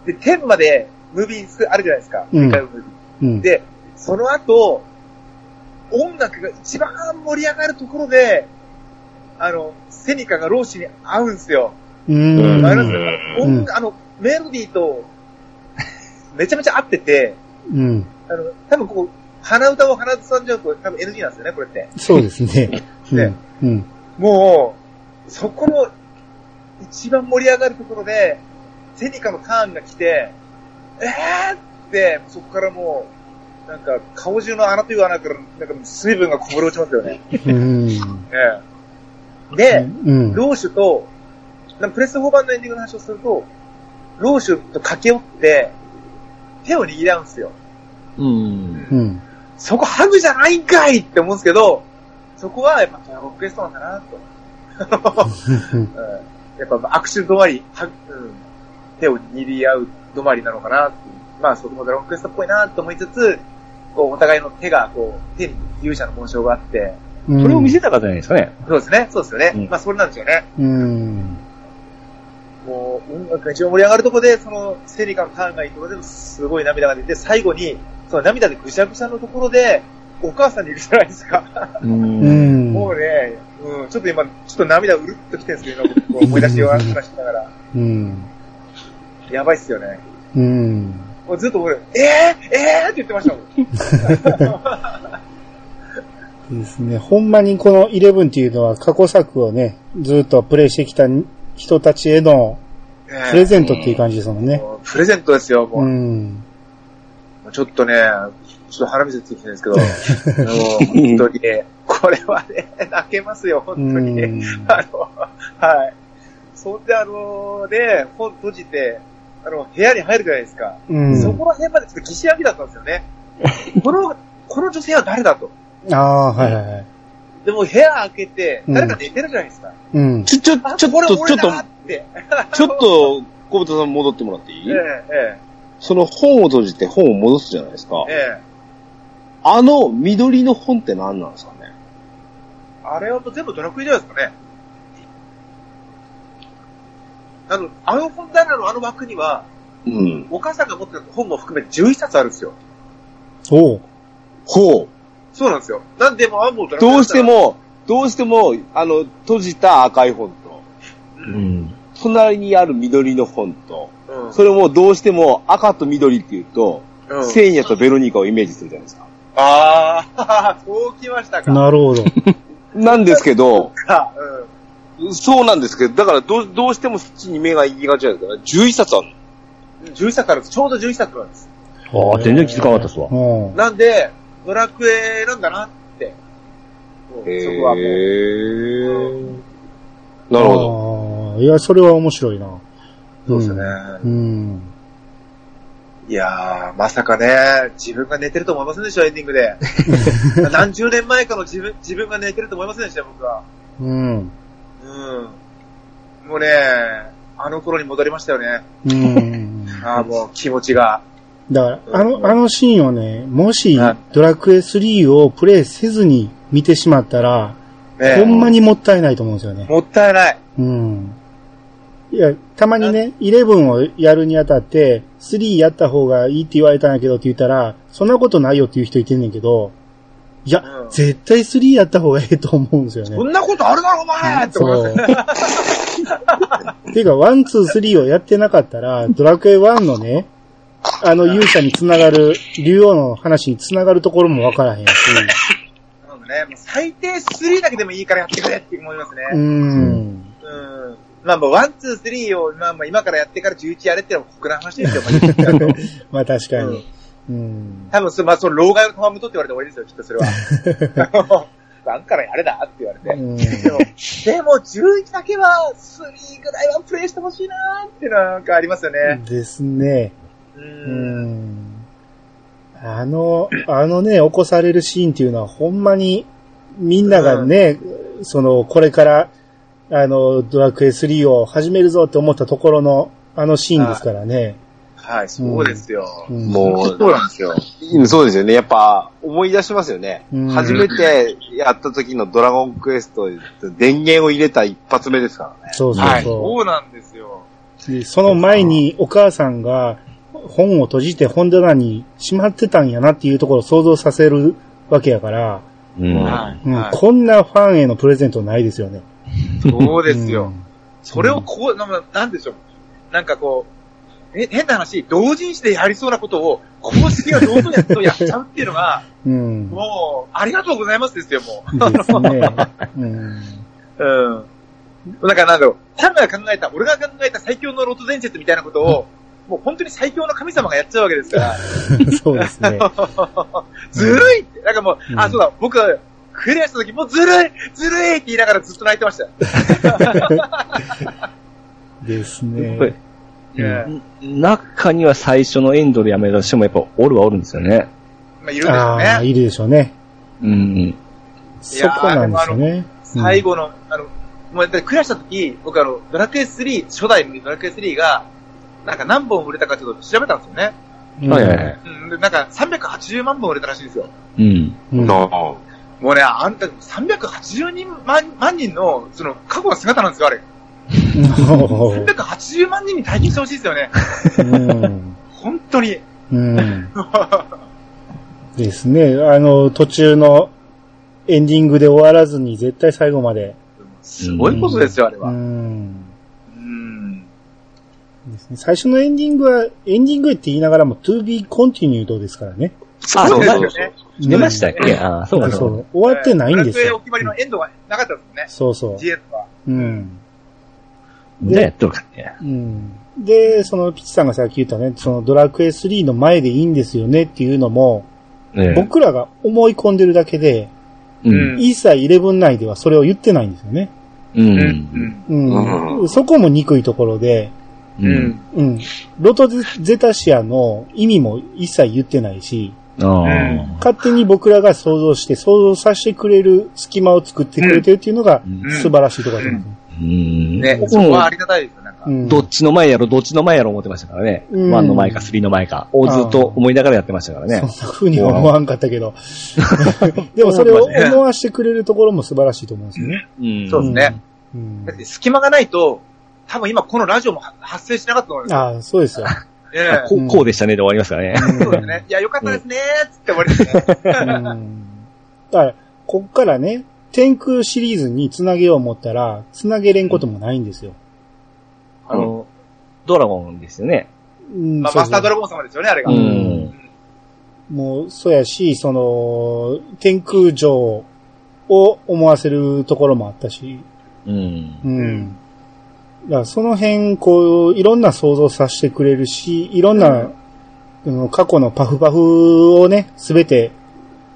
S2: で、10までムービーすあるじゃないですか。
S1: うん
S2: 世界ムービ
S1: うん
S2: ー。。で、その後、音楽が一番盛り上がるところで、あの、セニカがローシに会うんすよ。
S1: う
S4: うん
S2: マイナ
S1: ん。
S2: ス音あの、メロディーと、めちゃめちゃ合ってて、
S1: うん。
S2: あの、多分ここ、鼻歌を鼻ずさんじゃうと多分 NG なんですよね、これって。
S1: そうですね。うん
S2: ね。
S1: うん。
S2: もう、そこの、一番盛り上がるところで、セニカのターンが来て、えーって、そこからもう、なんか、顔中の穴という穴から、なんか水分がこぼれ落ちますよね。
S1: うん。
S2: ええで、
S1: うん。
S2: ローシュと、なんかプレステ4版のエンディングの話をすると、ローシュと駆け寄って、手を握り合うんですよ。
S3: うん。
S1: うん。
S2: そこハグじゃないんかいって思うんですけど、そこはやっぱドラゴンクエストなんだなと。うんやっぱ握手止まり、ハグ、うん、手を握り合う止まりなのかなっていうまあそこもドラゴンクエストっぽいなと思いつつ、こうお互いの手がこう、手に勇者の紋章があって、
S1: うん
S3: それを見せたかったじゃないですかね。
S2: そうですね、そうですよね。
S3: うん
S2: まあそれなんですよね。
S1: うん。
S2: もう、音楽が一番盛り上がるとこで、その、セリカのターンがいいところでもすごい涙が出て、最後に、その涙でぐしゃぐしゃのところで、お母さんにいるじゃないですか。
S3: う。
S1: うんん。
S2: もうね、うん、ちょっと今、ちょっと涙うるっときてるんですけど、今僕思い出して話しましたから、
S1: うん。
S2: やばいっすよね。
S1: うん。
S2: もうずっと俺、えぇ、えぇ、って言ってましたもん。
S1: ですね。ほんまにこの11っていうのは過去作をね、ずっとプレイしてきた人たちへのプレ
S2: ン
S1: ゼントっていう感じですもんね。
S2: ト。プレゼントですよ、も
S1: う
S2: う。
S1: ん。
S2: もうちょっとね、ちょっと腹見せついてきてるんですけど、もう本当に、 これはね、泣けますよ、本当にね。
S1: うん
S2: あの、はい。そんで、あのね、本閉じて、あの、部屋に入るじゃないですか。
S1: うん。
S2: そこら辺までちょっと疑心暗鬼だったんですよね。この、この女性は誰だと。
S1: ああ、はいはいはい。
S2: でも部屋開けて、
S1: うん
S2: 誰か寝てるじゃないですか。
S1: うん。
S4: ちょ、ちょ、ちょ
S2: あ
S4: っと、
S2: これ
S4: ちょっ
S2: 俺
S4: と、
S2: だって。
S4: ちょっと、小豚さん戻ってもらってい
S2: え
S4: い
S2: え、え
S4: その本を閉じて本を戻すじゃないですか
S2: え、。ええ。
S4: あの緑の本って何なんですかね
S2: あれはもう全部ドラクエじゃないですかね。あの、あの本棚のあの枠には、
S4: うん。
S2: お母さんが持ってる本も含め11冊あるんですよ。
S1: おう。
S4: ほう。
S2: そうなんですよ。なんでもうアンボーと
S4: どうして、も、どうしても、あの、閉じた赤い本と、
S3: うん。
S4: 隣にある緑の本と、
S2: うん。
S4: それもどうしても赤と緑っていうと、
S2: うん
S4: セイニャとベロニカをイメージするじゃないですか。
S2: ああ、 そうきましたか。
S1: なるほど。
S4: なんですけど、
S2: か。うん。
S4: そうなんですけど、だからどうどうしてもそっちに目が行きがちなんですから、11冊あるの。
S2: 11作あるんです。ちょうど11作なんです。
S3: ああ、全然気づかなかったっすわ。
S1: うん。
S2: なんで、ドラクエなんだなって。もう
S4: へ
S2: そこはもう。
S4: ー。なるほど。
S1: ど。いや、それは面白いな。
S2: そうですね。
S1: うん。
S2: いやー、まさかね、自分が寝てると思いませんでした、エンディング で。何十年前かの自分、自分が寝てると思いませんでした、僕は。
S1: うん。
S2: うん。もうね、あの頃に戻りましたよね。
S1: うん。
S2: ああ、もう気持ちが。
S1: だから、あの、あのシーンをね、もし
S2: はい、
S1: ドラクエ3をプレイせずに見てしまったら、
S2: ね
S1: ほんまにもったいないと思うんですよね。
S2: もったいない。
S1: うん。いや、たまにね、11をやるにあたって、3やった方がいいって言われたんやけどって言ったら、そんなことないよっていう人いてんねんけど、いや、
S2: うん
S1: 絶対3やった方がええと思うんですよね。
S2: こんなことあるだろ、お前って思いますね。
S1: そう。ていうか、ワン、ツー、スリーをやってなかったら、ドラクエ1のね、あの勇者につながる、竜王の話につながるところもわからへんし、
S2: なのでね、もう最低3だけでもいいからやってくれって思いますね。
S1: うーん。
S2: うん。まあまあ、ワン、ツー、スリーを、まあまあ、今からやってから11やれってのは酷な話ですよ、 まあ
S1: まあ確かに。うん。
S2: 多分そ、まあ、その、老害の玉むとって言われて終わりですよ、きっとそれは。あ のワンからやれだって言われて。
S1: うん
S2: でも、でも、11だけは、3ぐらいはプレイしてほしいなーっていうのはなんかありますよね。
S1: ですね。
S2: う。
S1: うんん。あの、あのね、起こされるシーンっていうのは、ほんまに、みんながね、その、これから、あの、ドラクエ3を始めるぞって思ったところの、あのシーンですからね。
S2: はい、そうですよ。
S1: うん
S4: もう、
S2: そうなんですよ。
S4: うんそうですよね。やっぱ、思い出しますよね。
S1: うん
S4: 初めてやった時のドラゴンクエスト、電源を入れた一発目ですからね。
S1: そうそ
S2: は
S1: う
S2: い、
S1: そう。
S2: そうなんですよ。
S1: でその前にお母さんが本を閉じて本棚にしまってたんやなっていうところを想像させるわけやから、
S3: うん。
S2: はい、
S1: うん
S2: はい。
S1: こんなファンへのプレゼントないですよね。
S2: そうですよ。それをこう、ななんでしょう。なんかこう、え変な話、同人誌でやりそうなことを、公式が同等やとやっちゃうっていうのが、
S1: うん。うん。
S2: もう、ありがとうございます ですよ、も
S1: ですね。うん。
S2: う。うん。だからなんだろう、タムが考えた、俺が考えた最強のロト伝説みたいなことを、もう本当に最強の神様がやっちゃうわけですから、
S1: そうです ね。
S2: ずるいって、なんかもう、
S1: うん
S2: あ、そうだ、僕、クリアした時、もうずるいずるいって言いながらずっと泣いてましたよ。
S1: です
S3: やっぱ
S1: ね
S3: り。中には最初のエンドでやめた人もやっぱおるはおるんですよね。
S2: まあ、いるんですよ
S1: ああ、
S2: ね。
S1: いるでしょうね。
S3: うん。
S1: そこなんですよね。
S2: 最後の、あの、もうやっぱりクリアした時、僕あの、ドラクエ3、初代のドラクエ3が、なんか何本売れたかちょっと調べたんですよね。
S1: うん。
S3: はいはいはい。
S2: うん、でなんか380万本売れたらしいんですよ。
S3: うん。
S1: うん
S4: あ
S2: もうね、あんた380人万万人の、その、過去の姿なんですよ、あれ。380万人に体験してほしいですよね。
S1: うん。
S2: 本当 に。
S1: うん。ですね。あの、途中のエンディングで終わらずに絶対最後まで。
S2: すごいことですよ、あれ
S1: う
S2: は。
S1: ん。
S2: うん。
S1: ですね。最初のエンディングは、エンディングって言いながらも to be continued ですからね。
S2: そ
S4: あ、そうう
S2: で
S4: そ
S2: す
S4: う
S2: よ
S4: そう
S2: ね。
S3: 出ましたっけああ、そう
S1: あ
S3: か
S1: そ
S3: そう
S1: う。終わってないんで
S2: ド
S1: す
S2: ラクエお
S1: よ。
S2: 決まりのエンドがなかったですもんね。
S1: そうそう。
S2: GS は。
S1: うん。
S3: じゃあやっとるかね。
S1: うん。で、そのピチさんがさっき言ったね、そのドラクエ3の前でいいんですよねっていうのも、
S3: ね
S1: 僕らが思い込んでるだけで、
S3: うん。
S1: 一切11内ではそれを言ってないんですよね。
S3: う。
S2: うんん。
S1: う。
S4: うんん
S1: そこも憎いところで、
S2: う
S3: うんん。。
S1: うん。ロトゼタシアの意味も一切言ってないし、
S3: ああ。
S1: 勝手に僕らが想像して、想像させてくれる隙間を作ってくれてるっていうのが
S3: うん
S1: 素晴らしいところだと思
S3: うん。
S2: ね、
S3: 僕
S2: そこ
S3: も
S2: はありがたいですよ、なんか。
S1: う。うん
S3: どっちの前やろ、どっちの前やろ思ってましたからね。
S1: うん
S3: 1の前か3の前か。をずっと思いながらやってましたからね。
S1: そんな風には思わんかったけ ど。でもそれを思わしてくれるところも素晴らしいと思うんですよね。
S3: うん。
S2: そうですね。
S1: うん
S2: だっ。て隙間がないと、多分今このラジオも発発生しなかったと思います。
S1: ああ、そうですよ。
S2: ええ
S3: こうこうでしたねで終わりますからね。
S2: そうですね。いや、よかったですねーっつって終わりですね。
S1: うんだから、こっからね、天空シリーズにつなげよう思ったら、つなげれんこともないんですよ。
S3: あの、ドラゴンですよね。
S1: うん
S2: まあ、
S1: そう
S2: マ
S1: そう
S2: スタードラゴン様ですよね、あれが。
S3: うん
S1: もう、そうやし、その、天空城を思わせるところもあったし、
S3: うん。
S1: うん。だからその辺、こう、いろんな想像させてくれるし、いろんな、あの過去のパフパフをね、すべて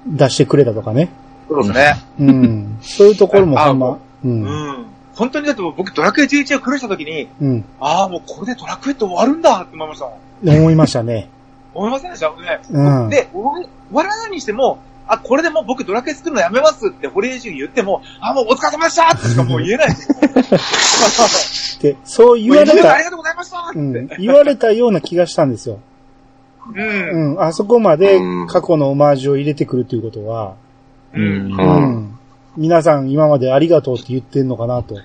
S1: 出してくれたとかね。
S2: そうですね。
S1: うん。そういうところもほんま、う。
S2: うんん。本当にだってもう僕、ドラクエ11を苦労した時に、
S1: うん。
S2: ああ、もうこれでドラクエって終わるんだって思いましたもん。
S1: 思いましたね。
S2: 思いませんでしたね。
S1: うん。
S2: で、終わ終わらないにしても、あ、これでもう僕ドラクエ作るのやめますって堀江純言っても、あ、もうお疲れ様でしたってしかもう言 えないですよ。
S1: で、そう言
S2: もう
S1: われ
S2: 一年あ
S1: た
S2: り、がとうございましたって。
S1: う
S2: うん
S1: ん、言われたような気がしたんですよ。うん、あそこまで過去のオマージュを入れてくるということは、
S2: う
S3: うん
S2: ん。
S4: う
S1: うんん、皆さん今までありがとうって言ってんのかなと。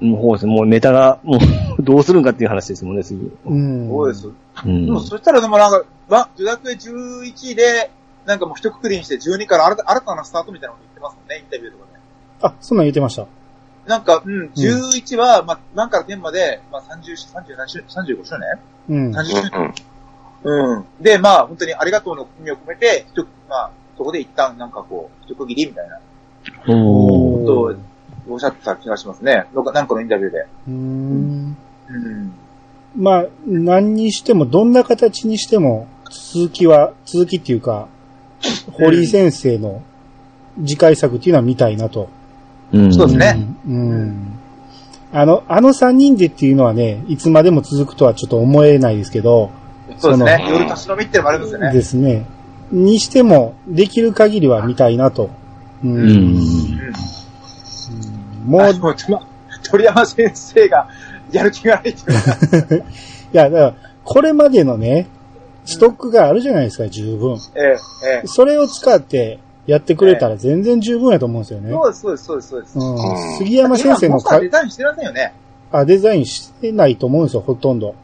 S3: もうそうですもうネタが、もうどうするんかっていう話ですもんね、次。
S1: うん。
S2: そうです。
S3: うん
S2: でもそしたらでもなんか、わドラクエ11で、なんかもう一括りにして12から新た新たなスタートみたいなこと言ってますもんね、インタビューとかで。
S1: あ、そんなん言ってました。
S2: なんか、うん、11は、まあ、何から天まで、まあ、30、30何周、35周年
S1: うん。
S2: ?30 周年うん。で、まあ、本当にありがとうの意味を込めて、ひと、まあ、そこで一旦なんかこう、一区切りみたいな、
S3: おー
S2: ことをおっしゃってた気がしますね。なんかなんかのインタビューで。
S1: うん。
S2: うん。
S1: まあ、何にしても、どんな形にしても、続きは、続きっていうか、堀井先生の次回作っていうのは見たいなと。
S3: うん
S2: そうですね。
S1: うん。うんあの、あの三人でっていうのはね、いつまでも続くとはちょっと思えないですけど、
S2: そうですね。
S4: その
S2: 夜立ち飲みってのもあるんですよね。
S1: ですね。にしても、できる限りは見たいなと。うん
S3: う。ん。
S2: うん。
S1: もう、
S2: あ
S1: い
S2: のとま鳥山先生が やる気がないっていうか。
S1: や、だから、これまでのね、ストックがあるじゃないですか、十分。
S2: ええ、え
S1: それを使ってやってくれたら全然十分やと思うんですよ
S2: え。
S1: ね。
S2: そうです、そうです、そうです、そうです。
S1: うん、杉山先生の
S2: 今モンスター
S1: か
S2: デザインしてませんよね。
S1: あデザインしてないと思うんですよ、ほとんど。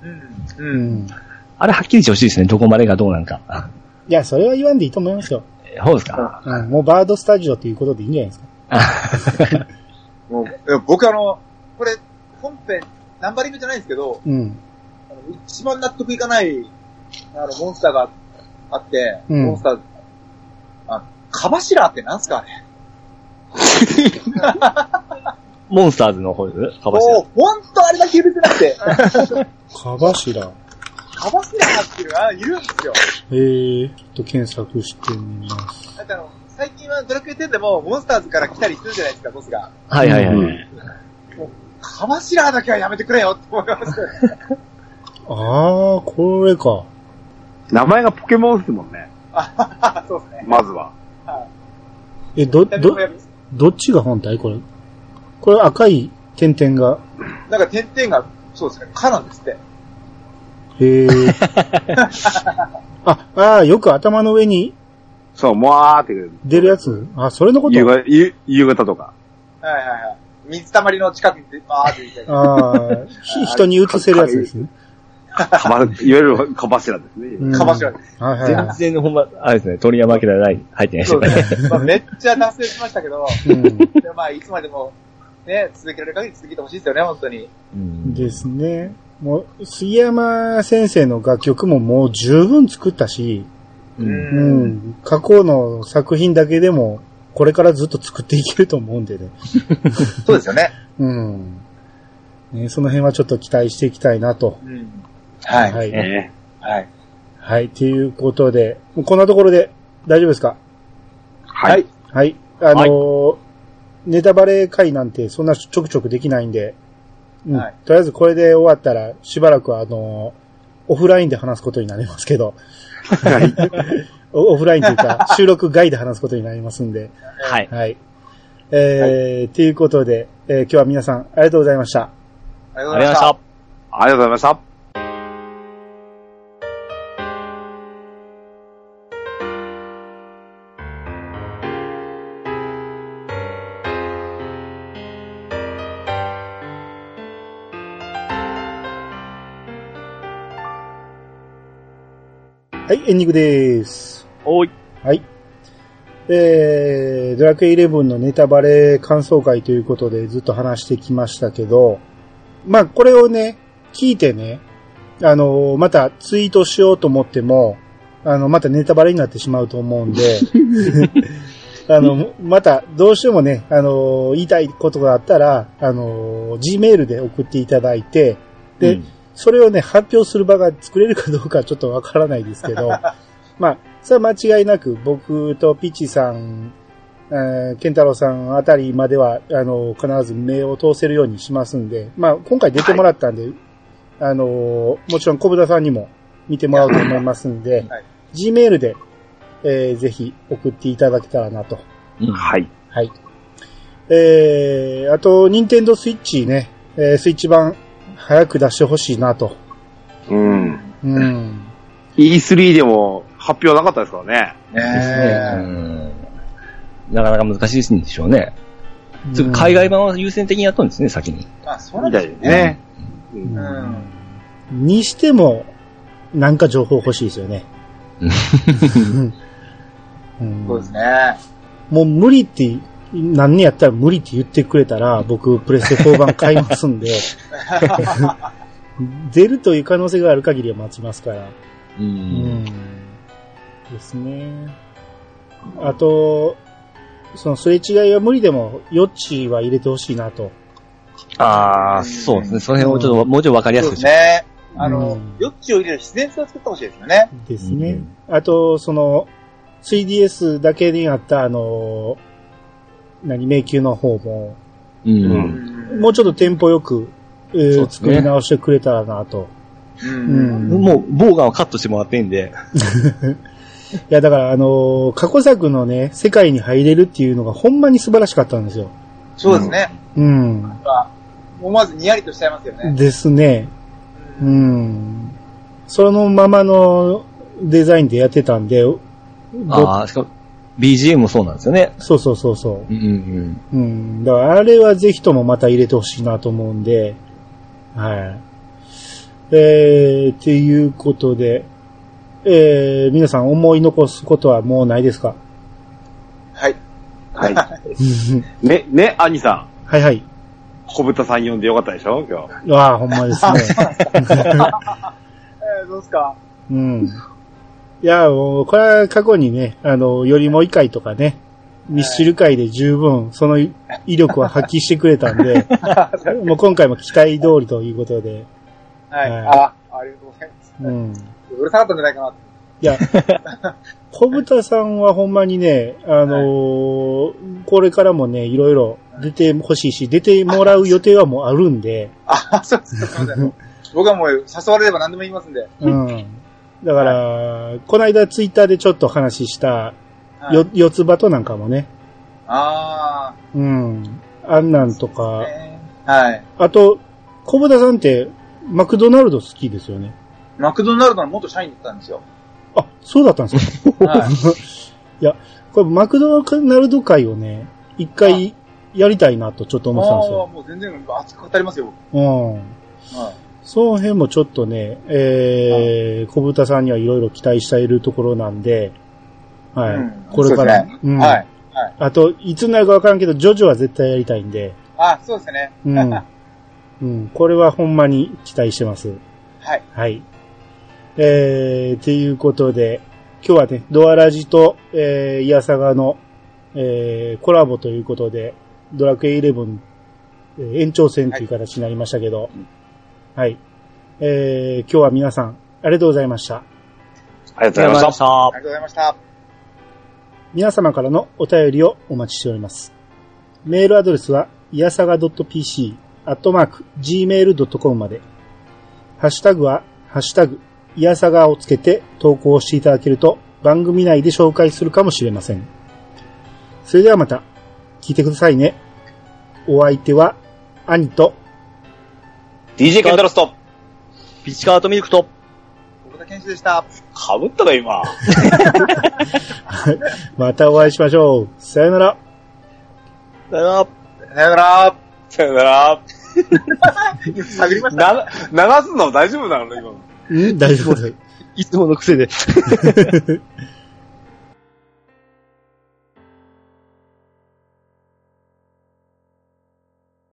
S2: うん。
S1: う
S2: うん。
S1: ん。
S3: あれはっきりしてほしいですね、どこまでがどうなんか。あ
S1: いや、それは言わんでいいと思いますよ。
S3: そうですか。
S1: うん、もうバードスタジオということでいいんじゃないですか。
S2: もう、僕あの、これ、本編、ナンバリングじゃないんですけど、
S1: うん。
S2: あの一番納得いかない、あの、モンスターがあって、
S1: うん
S2: モンスター、あ、カバシラーってなんすかね
S3: モンスターズの方ですかばし
S2: もう、ほんとあれだけ許せなくて、
S1: かばしら。
S2: カバシラーっていうのがいるんですよ。
S1: えー、ちょっと検索してみます。
S2: だってあの、最近はドラクエ10でもモンスターズから来たりするじゃないですか、ボスが。
S3: はいはいは
S4: う
S3: い
S4: ん。
S2: カバシラーだけはやめてくれよって思いま すよね。
S1: あー、これか。
S5: 名前がポケモンですもんね。
S2: あそうですね。
S5: まずは。
S1: え、ど、
S2: だけど
S1: ど、どっちが本体これ。これ赤い点々が。
S2: なんか点々が、そうですね、カなんですって。
S1: へえ。 あ、ああ、よく頭の上に
S5: そう、もわーってくる
S1: 出るやつ。あ、それのこ
S5: 夕
S1: と。
S5: 方夕夕方とか。
S2: はいはいはい。水たまりの近くに、バーってみたいな。
S1: ああ、ひ人に映せるやつですね。
S5: か ばいわゆるかばしらですね。
S1: うん
S2: カバシラーです。
S1: はいはい
S3: 全
S1: は
S3: 然ほんま、あれですね、鳥山明ない、入ってないです
S2: そう
S3: よ
S2: で
S3: ね。
S2: すね。まあめっちゃ達成しましたけど、
S1: い。う
S2: でまあ、いつまでも、ね、続けられる限り続けてほしいですよね、本当に。
S3: うん
S1: ん。ですね。もう、杉山先生の楽曲ももう十分作ったし、
S3: う
S2: うん。
S1: うんん。過去の作品だけでも、これからずっと作っていけると思うんでね。
S2: そうですよね。
S1: うん。ね、その辺はちょっと期待していきたいなと。
S2: うん。はい。
S1: はい。はい。
S5: ね
S2: はい。
S1: ということで、もうこんなところで大丈夫ですか
S5: はいい。
S1: はい。あのーネタバレ会なんてそんなちょくちょくできないんで、うん。
S2: はい
S1: とりあえずこれで終わったら、しばらくはあのーオフラインで話すことになりますけ ど、おオフラインという か、収録外で話すことになりますんで、
S3: はい。
S1: はい。えーということで、えー今日は皆さんありがとうございました。
S2: ありがとう
S3: あ
S2: ご
S3: り
S2: ざい
S3: が
S2: まし
S3: とうございましたた。。
S5: ありがとうございました。
S1: はい、エンディングです。
S5: おい。
S1: はい。えー、ドラクエイレブンのネタバレ感想会ということでずっと話してきましたけど、まあこれをね、聞いてね、あのーまたツイートしようと思っても、あの、またネタバレになってしまうと思うん で、あの、またどうしてもね、あのー言いたいことがあったら、あのー Gmail で送っていただいて、で、
S3: うん
S1: それをね、発表する場が作れるかどうかはちょっとわからないです けど、まあ、それは間違いなく僕とピチさん、えー、ケンタロウさんあたりまでは、あの、必ず目を通せるようにしますんで、まあ、今回出てもらったんで、あの、もちろん小豚さんにも見てもらおうと思いますんで、
S2: はい
S1: Gmail で、えーぜひ送っていただけたらなと。
S3: うん
S5: はい。
S1: はい。えー、あと、ニンテンドースイッチね、えースイッチ版、早く出してほしいなと。
S5: うん。
S1: うん。
S5: E3 でも発表なかったですからね。
S3: ね
S2: ね
S3: うんなかなか難しいんでしょうね。それ海外版を優先的にやったんですね、先に。
S2: まあ、そうな
S5: み
S2: んで
S5: た
S2: す
S5: い
S2: よ
S5: です
S2: ね。
S5: ね。
S1: うん
S2: うん。
S1: にしても、なんか情報欲しいですよね。うん
S2: そうですね。
S1: もう無理って、何年やったら無理って言ってくれたら、僕、プレステ4版買います んで、出るという可能性がある限りは待ちますから。
S3: う。
S1: うんんですね。あと、そのすれ違いは無理でも、余地は入れてほしいなと。
S3: ああ、そうですね。その辺をちょっと、もうちょいわかりや
S2: そう
S3: す
S2: です
S3: くして。
S2: ね。あの
S1: うん、
S2: ヨッチを入れる自然さを作ってほしいですよね。
S1: ですね。あと、その、3DS だけにあった、あの、何、迷宮の方も、
S3: う。
S5: うん
S1: もうちょっとテンポよく、えー
S3: そうです
S1: 作
S3: ね
S1: り直してくれたらなと。
S2: う
S1: うん
S2: ん。
S3: もう、ボーガンはカットしてもらっていいんで。
S1: いや、だから、あの、過去作のね、世界に入れるっていうのがほんまに素晴らしかったんですよ。
S2: そうですね。
S1: うん。
S2: まあ思わずにやりとしちゃいますよね。
S1: ですね。うん。そのままのデザインでやってたんで、ど
S3: ああ、しかも、BGM もそうなんですよね。
S1: そうそうそうそう
S3: うんうん。
S1: うん。だから、あれはぜひともまた入れてほしいなと思うんで、はい。えー、っていうことで、えー、皆さん思い残すことはもうないですか
S2: はい。
S5: は
S1: うん
S5: い。 ね、ね、兄さん。
S1: はいはい。
S5: 小豚さん呼んでよかったでしょ今日。
S1: わあ、ほんま ですね。
S2: えー、どうですか
S1: うん。いや、もう、これは過去にね、あの、よりもい会とかね、ミッシュル会で十分、その威力は発揮してくれたん で、もう今回も期待通りということで、
S2: はい。
S1: はい
S2: あ、ありがとうございます。
S1: うん。
S2: うるさかったんじゃないかな。
S1: い や、小豚さんはほんまにね、あのーこれからもね、いろいろ出てほしいし、出てもらう予定はもうあるん で、
S2: あ、そうです。すみません。僕はもう誘われれば何でも言いますんで。
S1: うん。だから、この間ツイッターでちょっと話しした、
S2: はい
S1: よ、四つ葉となんかもね、
S2: あ
S1: うん。あんなんと
S2: あ、
S1: か、
S2: えーはい。
S1: あと、小豚さんって、マクドナルド好きですよね。
S2: マクドナルドの元社員だったん ですよ。
S1: あ、そうだったんですか
S2: はい。
S1: これ、マクドナルド会をね、一回やりたいなとちょっと思ってたんです
S2: ああ、
S1: よ。
S2: もう全然熱く語りますよ。
S1: うん。
S2: はい。
S1: その辺もちょっとね、えー、小豚さんにはいろいろ期待しているところなんで、はい。
S2: うん
S1: これから、
S2: そうです
S1: うん
S2: ね。はい。
S1: あと、いつになるかわからんけど、ジョジョは絶対やりたいんで、
S2: あ、そうですね。
S1: うん。うん、これはほんまに期待してます。
S2: はい。
S1: はい。えー、ていうことで、今日はね、ドアラジと、えー、イヤサガの、えー、コラボということで、ドラクエイレブン、えー延長戦という形になりましたけど、はい、えー、今日は皆さん、ありがとうございました。
S5: ありがとうございました。
S3: た
S2: ありがとうございました。
S1: 皆様からのお便りをお待ちしております。メールアドレスは、いやさが .pc、アットマーク、gmail.com まで。ハッシュタグは、ハッシュタグ、いやさがをつけて投稿していただけると、番組内で紹介するかもしれません。それではまた、聞いてくださいね。お相手は、兄と、
S4: DJ ケンタロスと、
S3: ピチカートミルクと、
S2: 小田健一で した。
S4: かぶったか今。
S1: またお会いしましょう。さよなら。
S3: さよなら。
S2: さよなら。
S4: さよなら。
S2: 探りました。
S5: な、流すの大丈夫なの今の。
S1: ん大丈夫です。
S6: いつもの癖で。